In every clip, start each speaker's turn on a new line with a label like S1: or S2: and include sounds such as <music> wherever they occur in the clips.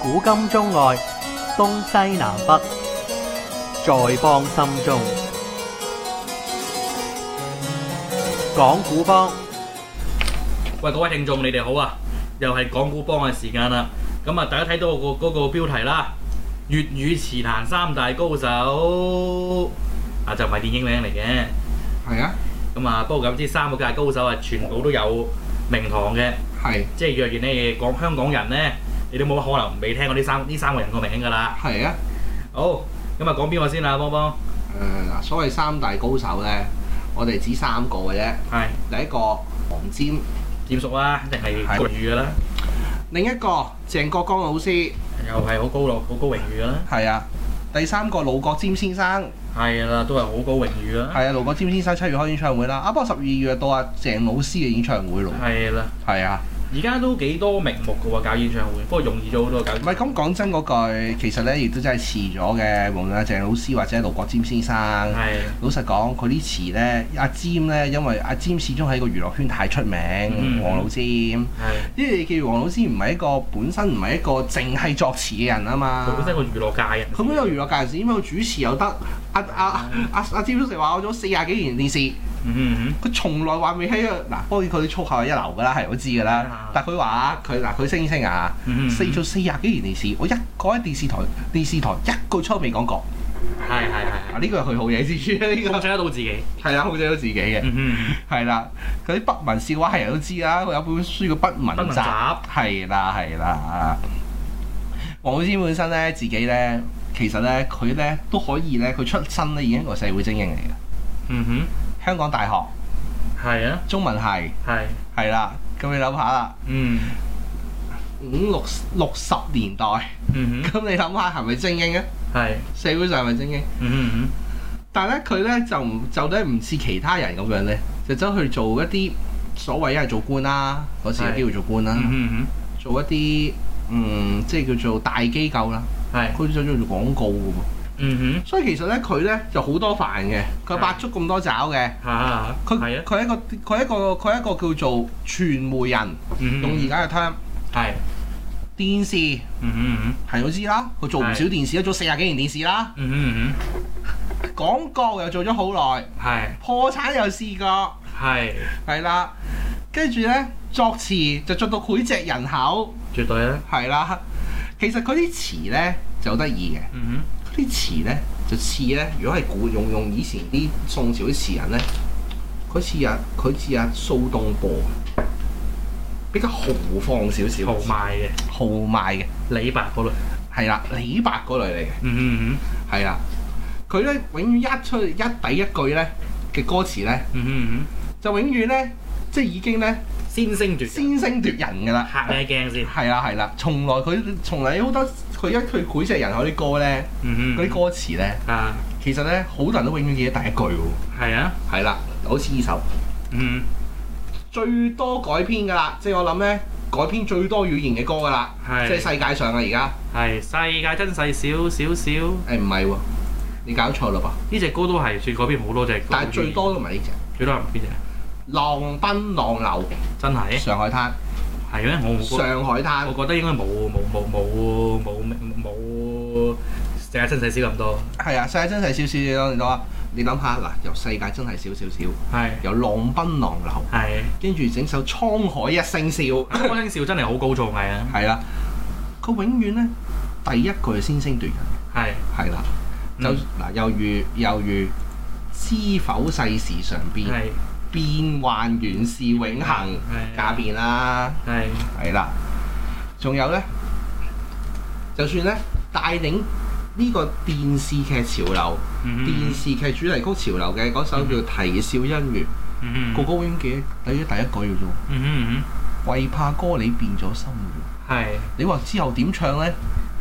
S1: 古今中外，東西南北，在邦心中。講古幫
S2: 喂，各位聽眾，你哋好啊！又係講古幫嘅時間啦。咁啊，大家睇到個嗰個標題啦，粵語詞壇三大高手啊，就唔係電影名嚟嘅。
S3: 係啊，
S2: 咁啊，不過咁知三個界高手啊，全部都有名堂嘅。
S3: 係
S2: 即係若然你講香港人呢，你都冇乜可能未聽過呢三呢三個人個名㗎啦。
S3: 係啊，
S2: 好，咁啊講邊個先啊，邦邦？
S3: 誒、嗱，所謂三大高手咧，我哋指三個嘅啫。
S2: 係
S3: 第一個黃霑，
S2: 點熟啦，一定係
S3: 係
S2: 國語㗎啦，
S3: 另一個鄭國江老師，
S2: 又係好高咯，好高榮譽㗎啦。
S3: 係啊。第三個盧國沾先生，
S2: 係啦，都係好高榮譽㗎啦。
S3: 係啊，盧國沾先生七月開演唱會啦，啊不過十二月到阿鄭老師嘅演唱會咯，
S2: 係啦。
S3: 係啊，
S2: 而家都幾多名目嘅喎，搞演唱會，不過容易咗好多搞演
S3: 唔係咁講真嗰句，其實咧亦都真係遲咗嘅，無論阿鄭老師或者盧國沾先生，
S2: 係
S3: 老實講佢啲詞咧，阿詹咧，因為阿詹始終喺個娛樂圈太出名，
S2: 嗯
S3: 黃老詹。
S2: 係
S3: 因為你記住黃老師唔係一個本身唔係一個淨係作詞嘅人啊嘛。
S2: 佢本身個娛樂界人，
S3: 佢本身有娛樂界人士，因為佢主持又得。阿阿阿阿詹叔成話我做咗四廿幾年電視，
S2: 嗯
S3: 佢從來話未喺嗱，當然佢啲粗口係一流㗎啦，係我知㗎
S2: 啊
S3: 啦。但佢話佢嗱佢聲稱啊，
S2: 嗯
S3: 四做四廿幾年電視，我一個喺電視台電視台一句粗口未講過。
S2: 嗯係係
S3: 嗱
S2: 係
S3: 呢個係佢好嘢之處，呢
S2: 係，控
S3: 個
S2: 制得到自己， <laughs>
S3: 係啦，控制到自己嘅。
S2: 嗯哼，
S3: 係啦，佢啲不文笑話係人都知啦，佢有本書叫《不文
S2: 嗯不文
S3: 集
S2: 集》，
S3: 係啦係啦。黃老師本身咧，自己咧，其實咧，佢咧都可以咧，佢出身咧已經係一個社會精英嚟嘅，
S2: 嗯
S3: 香港大學
S2: 哼，係啊，
S3: 中文系
S2: 係，
S3: 係啦。咁你諗下啦，
S2: 嗯
S3: 五六六十年代，
S2: 嗯
S3: 咁你諗下係咪精英啊？
S2: 哼，係，
S3: 社會上係咪精英？
S2: 嗯
S3: 但係咧，佢咧就唔就咧唔似其他人咁樣咧，就走去做一啲所謂一係做官啦，嗰時有機會做官啦。
S2: 哼，嗯
S3: 做一啲嗯，即係叫做大機構啦，
S2: 哼，係，
S3: 佢想做做廣告嘅喎。
S2: 嗯
S3: 所以其實咧，佢咧就好多飯嘅，佢百足咁多爪嘅。
S2: 哼，嚇，
S3: 佢
S2: 係啊，
S3: 佢一個佢一個佢一個叫做傳媒人，
S2: 嗯
S3: 用而
S2: 哼，
S3: 家嘅 term，
S2: 係，
S3: 電視
S2: 嗯哼
S3: 係我知啦，佢做唔少
S2: 係
S3: 電視，都做四廿幾年電視啦，
S2: 嗯哼，嗯
S3: 廣告又做咗好耐，
S2: 哼，係
S3: 破產又試過，
S2: 係，
S3: 係啦，跟住咧作詞就作到膾炙人口，
S2: 絕對啊，
S3: 係啦。其實佢啲詞咧就好得意嘅。
S2: 嗯
S3: 啲詞咧就似啊咧，如果係古用用以前啲宋朝啲詞人咧，佢似啊佢似啊蘇東坡，比較豪放少
S2: 哼，
S3: 少，
S2: 豪邁嘅
S3: 豪邁嘅，
S2: 李白嗰類，
S3: 係啦，李白嗰類嚟嘅，
S2: 嗯
S3: 係啦，佢咧永遠一出一第一句咧嘅歌詞咧，
S2: 哼，嗯哼，
S3: 就永遠咧即係已經咧
S2: 先聲奪人，
S3: 先聲奪人㗎啦，
S2: 嚇你一驚先，
S3: 係啦係啦，從來佢從來好多佢一句膾炙人口啲歌咧，
S2: 嗯哼，
S3: 嗰啲歌詞咧，
S2: 啊，
S3: 其實咧好多人都永遠記得第一句喎。
S2: 係啊，
S3: 係啦，好似呢首
S2: 嗯。
S3: 最多改編㗎啦，即係我諗咧改編最多語言嘅歌㗎啦，
S2: 係
S3: 即係世界上啊而家，
S2: 係世界真細少少少，
S3: 誒唔係喎，你搞錯嘞噃，
S2: 呢只歌都係算改編好多隻歌，
S3: 但係最多都唔係呢只
S2: 最多係邊只？
S3: 浪奔浪流
S2: 真係
S3: 上海灘，
S2: 係咩？我我
S3: 上海
S2: 我
S3: 灘
S2: 覺得應該冇冇冇冇冇冇世界真細少咁多，
S3: 係啊，世界真係少少少你諗下，你諗下嗱，由世界真係少少少，
S2: 係
S3: 由浪奔浪流，
S2: 係。
S3: 跟住整首滄海一聲笑，
S2: 歌星笑真係好高造藝啊！
S3: 係啦，佢永遠咧第一句先聲奪人。
S2: 係
S3: 係啦，
S2: 嗯
S3: 就嗱、又如又如知否世事常變，
S2: 係
S3: 變幻原是永
S2: 係
S3: 恆，
S2: 啊
S3: 假變啦，
S2: 係
S3: 係啦。仲有呢，就算呢帶領呢個電視劇潮流、電
S2: 嗯
S3: 視劇主題曲潮流嘅嗰首叫《啼笑姻緣》，
S2: 嗯
S3: 個個永遠記得你第一句嘅啫喎，
S2: 嗯
S3: 為怕哥你變咗心願。
S2: 係
S3: 你話之後點唱呢？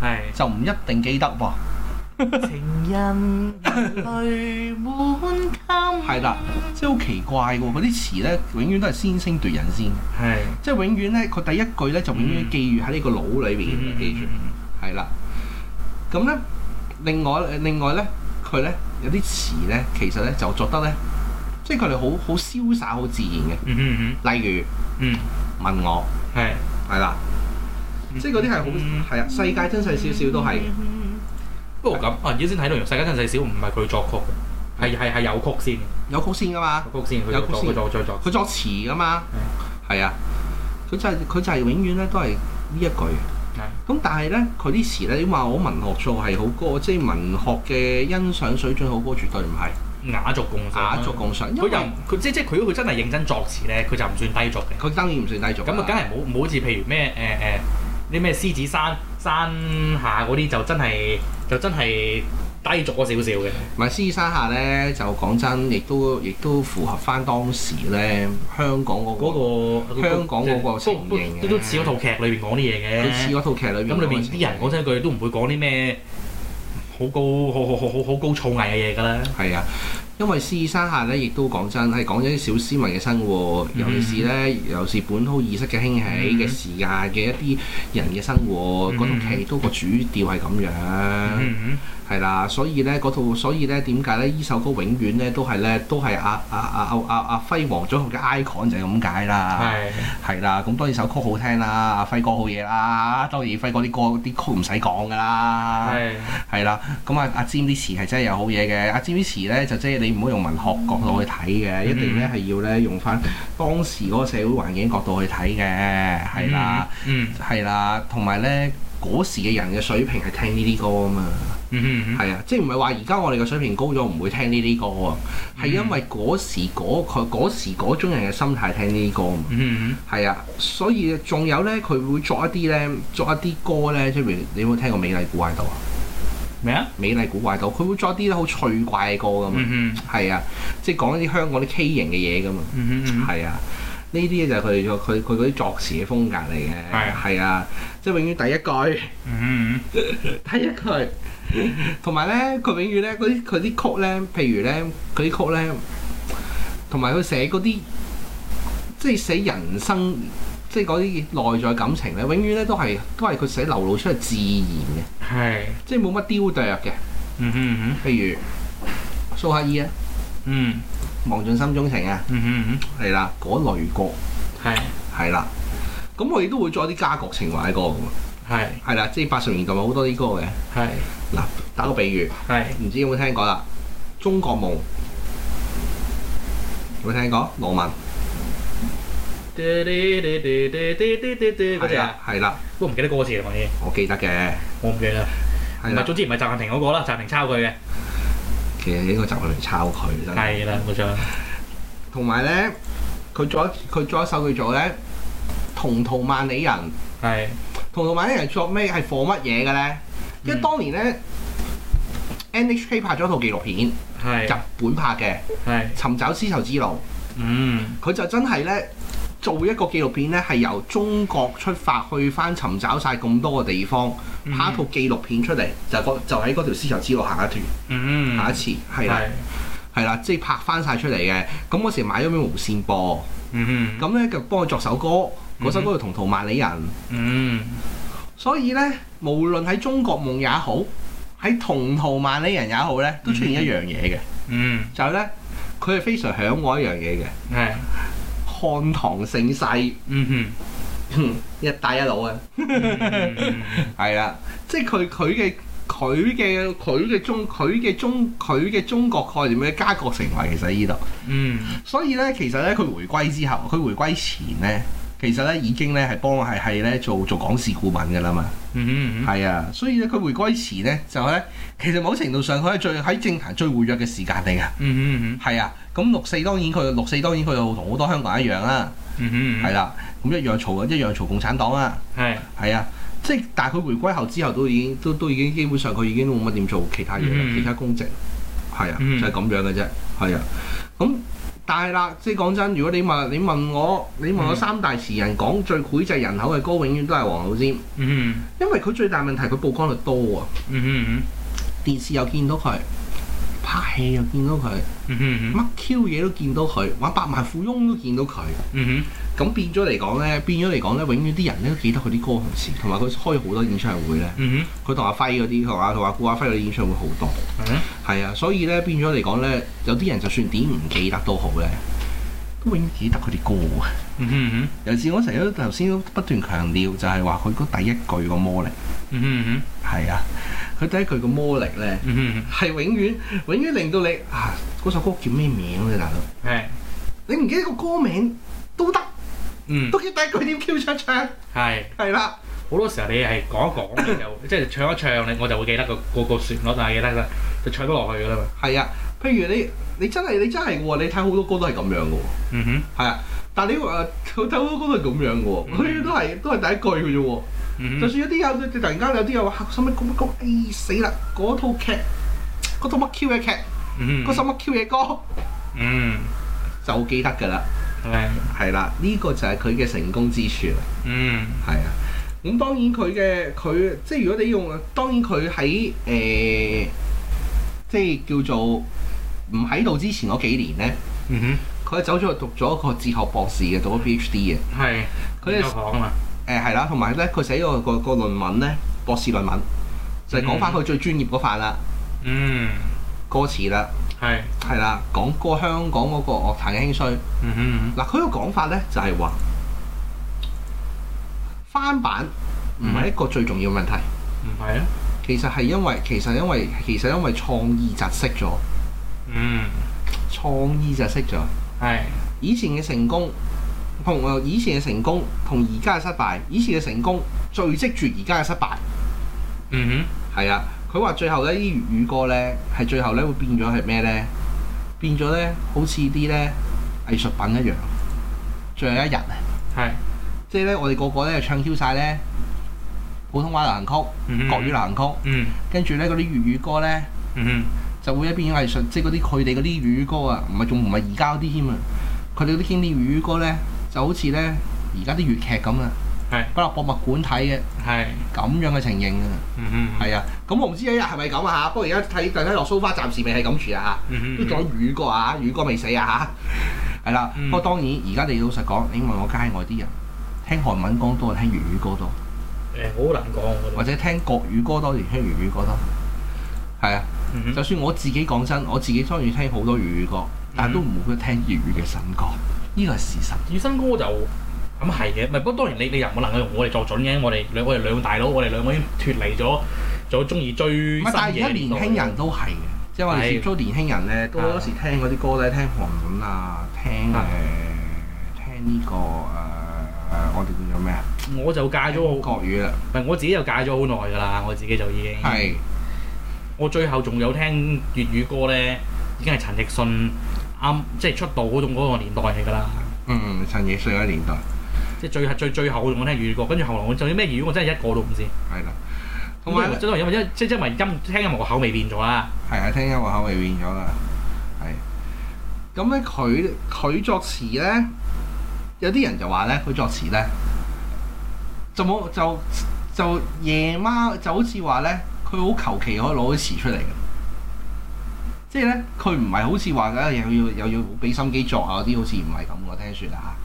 S2: 係
S3: 就唔一定記得喎。
S2: 情人淚滿襟
S3: 係啦，即係好奇怪喎！嗰啲詞咧，永遠都係先聲奪人先，
S2: 係
S3: 即係永遠咧，佢第一句咧就永
S2: 嗯
S3: 遠記住喺你個腦裏邊，記住係啦。咁咧，另外呃另外咧，佢咧有啲詞咧，其實咧就作得咧，即係佢哋好好瀟灑、好自然
S2: 嗯嗯
S3: 嘅。例如
S2: 嗯
S3: 問我
S2: 係
S3: 係啦，即係嗰啲係
S2: 嗯
S3: 好係啊，世界真細少少都係嘅，
S2: 不過咁啊，而家先睇到《世界真細小》唔係佢作曲嘅，係係係有曲先嘅，
S3: 有曲先噶嘛，
S2: 有曲先，佢
S3: 啊有曲
S2: 作
S3: 先
S2: 佢作佢作
S3: 佢作詞噶嘛，
S2: 嗯
S3: 係啊，佢就係、佢就係永遠咧都係呢一句。咁但係咧，佢啲詞咧，你話我文學素係好高，即係文學嘅欣賞水準好高，絕對唔係
S2: 雅俗共賞啦
S3: 雅俗共賞，因
S2: 嗯佢
S3: 為
S2: 又唔佢即即佢如果佢真係認真作詞咧，佢就唔算低俗嘅。
S3: 佢當然唔算低俗啦。
S2: 咁啊，梗係冇冇好似譬如咩誒誒啲咩獅子山山下嗰啲就真係就真係低俗咗少少嘅。
S3: 唔係《獅山下》咧，就講真，亦都亦都符合翻當時咧香港嗰、個，
S2: 嗰、個
S3: 香港嗰個情
S2: 都
S3: 形嘅
S2: 都都似嗰套劇裏邊講啲嘢
S3: 佢似
S2: 嘅。
S3: 嗰套劇裏面
S2: 咁裏邊啲人
S3: 嗰
S2: 講真一句都唔會講啲咩好高好好好好好高造詣嘅嘢㗎啦。
S3: 係啊，因為《獅山下》咧，亦都講真係講咗啲小市民嘅生活，
S2: 嗯
S3: 尤其是咧，尤其是本土意識嘅興起
S2: 嗯
S3: 嘅時間嘅一啲人嘅生活，
S2: 嗯
S3: 嗰套劇都個主調係咁樣。
S2: 嗯
S3: 係啦，所以咧嗰套，所以咧點解咧呢首歌永遠咧都係咧都係阿阿阿阿阿輝煌咗嘅 icon 就係咁解
S2: 嗯，
S3: 啦。
S2: 係
S3: 係啦，咁當然首曲好聽啦，阿輝哥好嘢啦，當然輝哥啲歌啲曲唔使講噶啦。
S2: 係
S3: 係啦，咁啊阿詹啲詞係真係有好嘢嘅，阿詹啲詞咧就即係你唔好用文學角度去
S2: 嗯
S3: 睇嘅，一定咧係要咧用翻當時嗰個社會環境角度去睇嘅，係啦，，
S2: 嗯
S3: 係啦，同埋咧嗰時嘅人嘅水平係聽呢啲歌啊嘛。
S2: 嗯嗯
S3: 係啊，即係唔係話而家我哋嘅水平高咗唔會聽呢啲歌啊？係
S2: 嗯
S3: 因為嗰時嗰佢嗰時嗰種人嘅心態聽呢啲歌
S2: ừ,
S3: 啊嘛。
S2: 嗯
S3: 係啊，所以仲有咧，佢會作一啲咧，作一啲歌咧，即係譬如你有冇聽過《美麗古怪島》啊？
S2: 咩啊？
S3: 《美麗古怪島》佢會作一啲好趣怪嘅歌噶嘛。
S2: 嗯
S3: 係啊，即係講一啲香港啲畸形嘅嘢噶嘛。
S2: 嗯嗯
S3: 係啊，呢啲嘢就係佢哋作佢佢嗰啲作詞嘅風格嚟嘅。
S2: 係啊
S3: 係啊，即係永遠第一句。 <laughs>
S2: 嗯
S3: 睇一佢，同埋咧，佢永遠咧嗰啲佢啲曲咧，譬如咧佢啲曲咧，同埋佢寫嗰啲即係寫人生，即係嗰啲內在感情咧，永遠咧都係都係佢寫流露出嚟自然嘅，
S2: 係
S3: 即係冇乜雕琢嘅。
S2: 嗯嗯
S3: 譬如蘇乞兒啊，
S2: 嗯
S3: 望盡心中情啊，
S2: 嗯嗯
S3: 係啦，嗰類歌
S2: 係
S3: 係啦。咁我哋都會作啲家國情懷嘅歌㗎喎，
S2: 係
S3: 係啦，即係八十年代咪好多啲歌嘅。
S2: 係
S3: 嗱，打個比喻。
S2: 係
S3: 唔知有冇聽過啦？中國夢有冇聽過？羅文
S2: 嗰隻
S3: 係
S2: 啊
S3: 啦，，係啦，
S2: 都唔記得歌詞啦，我已經
S3: 我記得嘅，
S2: 我唔記得。唔
S3: 係
S2: 係，
S3: 啦，
S2: 總之唔係習近平嗰個啦，習近平抄佢嘅。
S3: 其實應該就去抄佢真係。
S2: 係啦，冇錯。
S3: 同埋咧，佢做一佢做一首叫做咧《同途萬里人》，《
S2: 係
S3: 同途萬里人》作咩係放乜嘢嘅咧？因為
S2: 嗯
S3: 當年咧 NHK 拍咗套紀錄片，
S2: 係
S3: 日本拍嘅
S2: 係
S3: 《尋找絲綢之路》。
S2: 嗯
S3: 佢就真係咧做一個紀錄片咧，係由中國出發去翻尋找晒咁多個地方，
S2: 嗯
S3: 拍一套紀錄片出嚟，就嗰就喺嗰條絲綢之路行一段，
S2: 嗯
S3: 下一次係啦
S2: 係
S3: 係啦，即係拍翻晒出嚟嘅。咁嗰時買咗咩無線播，
S2: 嗯
S3: 咁咧就幫佢作首歌，嗰首歌就同途萬里人。
S2: Ừ, 嗯
S3: 所以咧，無論喺中國夢也好，喺同途萬里人也好咧，都出現一樣嘢嘅，
S2: 嗯
S3: 就係咧佢係非常向往一樣嘢嘅，
S2: 係
S3: 漢唐盛世， <laughs>
S2: 嗯
S3: 一帶一路啊！
S2: Ừ, 哼
S3: 係啦，即係佢佢嘅佢嘅佢嘅中佢嘅中佢嘅中國概念嘅家國情懷其實喺呢度，
S2: 嗯
S3: 所以咧其實咧佢回歸之後，佢回歸前咧。其實咧已經咧係幫係係咧做做港事顧問嘅啦嘛，
S2: Ừ, 嗯
S3: 係啊，所以咧佢回歸前咧就係咧，其實某程度上佢係最喺政壇最活躍嘅時間嚟嘅，
S2: Ừ 嗯
S3: 係啊，咁六四當然佢六四當然佢同好多香港人一樣啦，
S2: 嗯
S3: 係啦，咁一樣嘈一樣嘈共產黨啊，
S2: 係
S3: 係啊，即係但係佢回歸後之後都已經都都已經基本上佢已經冇乜點做其他嘢啦，
S2: 嗯
S3: 其他公職係啊，
S2: 嗯
S3: 就係咁樣嘅啫，係啊。咁但係啦，即係講真，如果你問你問我，你問我
S2: 嗯
S3: 三大詞人講最膾炙人口嘅歌，永遠都係黃老尖，
S2: 嗯
S3: 因為佢最大問題佢曝光率多啊，
S2: 嗯
S3: 電視又見到佢。拍戲又見到佢，
S2: 嗯
S3: 乜 Q 嘢都見到佢，玩百萬富翁都見到佢，
S2: 嗯
S3: 咁變咗嚟講呢，變咗嚟講呢，永遠啲人咧都記得佢啲歌同詞，同埋佢開好多演唱會呢。
S2: 嗯
S3: 佢同阿輝嗰啲，同阿同阿顧阿輝嗰啲演唱會好多，
S2: 係
S3: 係啊，所以咧變咗嚟講咧，有啲人就算點唔記得都好咧，都永遠只得佢哋個嘅。
S2: 嗯哼
S3: 尤其是我成日都頭先都不斷強調，就係話佢嗰第一句個魔力
S2: 嗯哼
S3: 係啊，佢第一句個魔力咧
S2: 嗯哼嗯
S3: 係永遠永遠令到你啊嗰首歌叫咩名咧，大佬？
S2: 哼，係，
S3: 你唔記得個歌名都得，
S2: 嗯
S3: 都記得佢點 Q 唱唱，
S2: 係。
S3: 係啦，
S2: 好多時候你係講一講你就即係唱一唱你我就會記得個個個旋律啊記得啦，就唱得落去㗎啦嘛。
S3: 係啊。譬如你你真係你真係嘅喎，你睇好多歌都係咁樣嘅喎，
S2: 嗯
S3: 係啊。但係你話睇睇好多歌都係咁樣嘅喎，
S2: 嗯
S3: 佢都係都係第一句嘅啫喎。
S2: 哼，嗯
S3: 就
S2: 哼，
S3: 算有啲有突然間有啲又話嚇，使乜咁咁？哎死啦！嗰套劇，嗰套乜 Q 嘅劇，
S2: 嗯
S3: 嗰首乜 Q 嘅歌，
S2: 嗯
S3: 就記得㗎啦。
S2: 係，
S3: 係啦，呢、個就係佢嘅成功之處啦。
S2: 嗯
S3: 係啊，咁當然佢嘅佢即係如果你用，當然佢喺誒，即係叫做唔喺度之前嗰幾年咧，
S2: 嗯
S3: 佢係走咗去讀咗個哲學博士嘅，讀咗 PhD 嘅。
S2: 哼，係，
S3: 佢哋
S2: 有講啊嘛，
S3: 誒係啦，同埋咧佢寫咗個個論文咧，博士論文就係講翻佢最專業嗰塊啦，
S2: 嗯
S3: 歌詞啦。
S2: 係，
S3: 係啦，講過香港嗰個樂壇嘅興衰。
S2: 嗯哼
S3: 嗱，佢個講法咧就係話翻版唔係一個最重要嘅問題，
S2: 嗯，唔係啊，
S3: 其實係因為其實因為其實因為創意窒息咗，
S2: 嗯
S3: 創意窒息咗。
S2: 係，
S3: 以前嘅成功同呃以前嘅成功同而家嘅失敗，以前嘅成功聚積住而家嘅失敗，
S2: 嗯
S3: 係啊。佢話最後咧啲粵語歌咧係最後咧會變咗係咩咧？變咗咧好似啲咧藝術品一樣，最後一日啊！
S2: 哼，係，
S3: 即係咧，我哋個個咧唱 Q 晒咧普通話流行曲、
S2: 嗯
S3: 國語流行曲，
S2: 嗯
S3: 跟住咧嗰啲粵語歌咧
S2: 嗯
S3: 就會一變咗藝術，即係嗰啲佢哋嗰啲粵語歌啊，唔係仲唔係而家嗰啲添啊，佢哋嗰啲經典粵語歌咧就好似咧而家啲粵劇咁啊，
S2: 係
S3: 不落博物館睇嘅
S2: 哼，係，
S3: 咁樣嘅情形啊，
S2: 嗯哼，
S3: 係啊，咁我唔知一日係咪咁啊嚇，不過而家睇大家落蘇花暫時未係咁住啊
S2: 嗯
S3: 嚇，
S2: 哼，
S3: 都仲有粵語歌啊嚇，粵語歌未死啊嚇，係啦，
S2: 嗯
S3: 不過當然而家你老實講，你問我街外啲人聽韓文歌多定聽粵語歌多？
S2: 誒好難講我覺
S3: 或
S2: 得，
S3: 者聽國語歌多定聽粵語歌多。係啊，
S2: 嗯
S3: 就
S2: 哼，
S3: 算我自己講真，我自己當然聽好多粵語歌，但係都唔會聽粵語嘅新歌，呢個係事實。
S2: 以新歌就咁係嘅，唔係不過當然你你又唔能夠用我哋作準嘅，我哋兩我哋兩大佬，我哋兩個已經脫離咗，仲中意追新
S3: 唔
S2: 嘢，
S3: 係但係而家年輕人都係嘅，即係我哋
S2: 係
S3: 接觸年輕人咧，都好多時聽嗰啲歌咧，聽韓文啊，聽誒、
S2: 啊
S3: 聽呢、個誒、呃我哋叫做咩啊？
S2: 我就戒咗好，
S3: 國語啦，
S2: 唔係我自己就戒咗好耐㗎啦，我自己就已經。
S3: 係
S2: 我最後仲有聽粵語歌咧，已經係陳奕迅啱即係出道嗰種嗰個年代嚟㗎啦。
S3: 嗯陳奕迅嘅年代
S2: 即係最最最後我仲聽粵語歌，跟住後來我就啲咩粵語我真係一個都唔知。
S3: 係啦，同埋呢
S2: 真係因為因即係因為音聽音樂個口味變咗啦。
S3: 係啊，聽音樂口味變咗啦，係。咁咧，佢佢作詞咧，有啲人就話咧，佢作詞咧就冇就就夜貓就好似話咧，佢好求其可以攞啲詞出嚟嘅，即係咧佢唔係好似話咧又要又要俾心機作啊嗰啲，好似唔係咁我聽説啊啦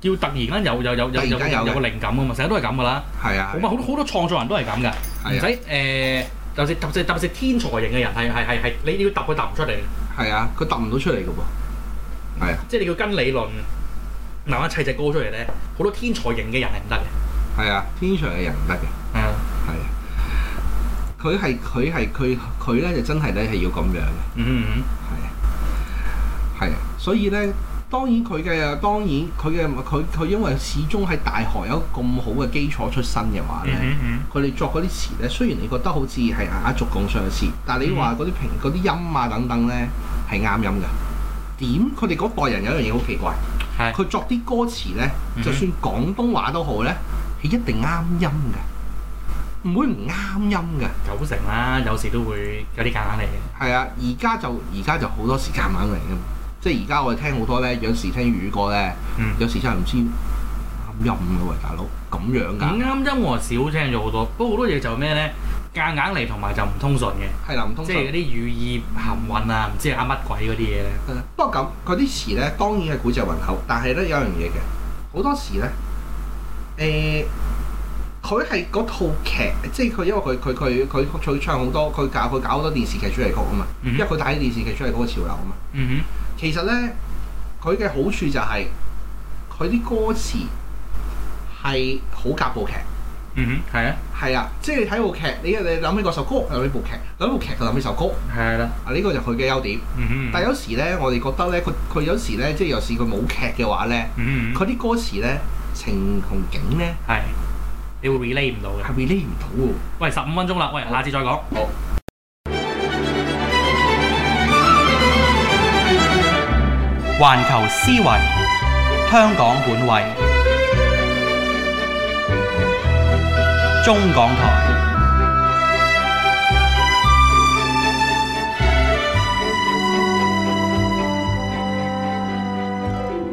S2: 要突然間有有有有有
S3: 突然間有嘅
S2: 有個靈感㗎嘛，成日都係咁㗎啦。
S3: 嚇，係啊
S2: 好，嘛，好多好多創作人都係咁㗎，唔
S3: 係啊，
S2: 使誒，就係特別特別係天才型嘅人係係係係，你要揼佢揼唔出嚟，
S3: 係啊，佢揼唔到出嚟嘅喎，係啊，
S2: 即係你要跟理論慢慢砌隻歌出嚟咧，好多天才型嘅人係唔得嘅。
S3: 係啊，天上嘅人唔得嘅。
S2: 係啊
S3: 係啊，佢係佢係佢佢咧就真係咧係要咁樣嘅，
S2: 嗯嗯
S3: 係啊，係啊，所以咧當然佢嘅當然佢嘅佢佢因為始終喺大學有咁好嘅基礎出身嘅話
S2: 嗯
S3: 咧，
S2: 嗯嗯。
S3: 佢哋作嗰啲詞咧，雖然你覺得好似係雅俗共賞嘅詞，但係你話嗰啲平嗰啲音啊等等咧係啱音嘅。點佢哋嗰代人有一樣嘢好奇怪，
S2: 係
S3: 佢作啲歌詞咧，
S2: 嗯哼
S3: 就算廣東話都好咧，係一定啱音嘅，唔會唔啱音嘅。
S2: 九成啦，有時都會有啲夾硬嚟嘅。
S3: 係啊，而家就而家就好多時間硬嚟㗎嘛，即係而家我哋聽好多咧，有時聽粵語歌咧，
S2: 嗯，
S3: 有時真係唔知啱音嘅喎，大佬咁樣
S2: 咁
S3: 㗎，
S2: 啱音我少聽咗好多，不過好多嘢就咩咧，夾硬嚟同埋就唔通順嘅，
S3: 係啦，唔通
S2: 即係嗰啲語意含混啊，唔知係啱乜鬼嗰啲嘢咧。
S3: 不過咁，佢啲詞咧當然係古籍雲口，但係咧有樣嘢嘅，好多時咧，誒、佢係嗰套劇，即係佢因為佢佢佢佢佢唱好多，佢搞佢搞好多電視劇主題曲啊嘛，
S2: 嗯
S3: 因為佢帶啲電視劇主題曲嘅潮流啊嘛。
S2: 嗯
S3: 其實咧，佢嘅好處就係佢啲歌詞係好夾部劇，
S2: 嗯哼，係啊，
S3: 係啦，即係你睇部劇，你你諗起嗰首歌，諗起部劇，諗起部劇就諗起首歌，
S2: 係啦，
S3: 啊呢個就佢嘅優點。
S2: 嗯哼，
S3: 但係有時咧，我哋覺得咧，佢佢有時咧，即係有時佢冇劇嘅話咧，
S2: 嗯哼，
S3: 佢啲歌詞咧情同景咧
S2: 係你會 relay 唔到嘅。
S3: 係 relate 唔到喎。
S2: 喂，十五分鐘啦，喂，下次再講。
S3: 好。
S1: 环球思维，香港本位，中港台。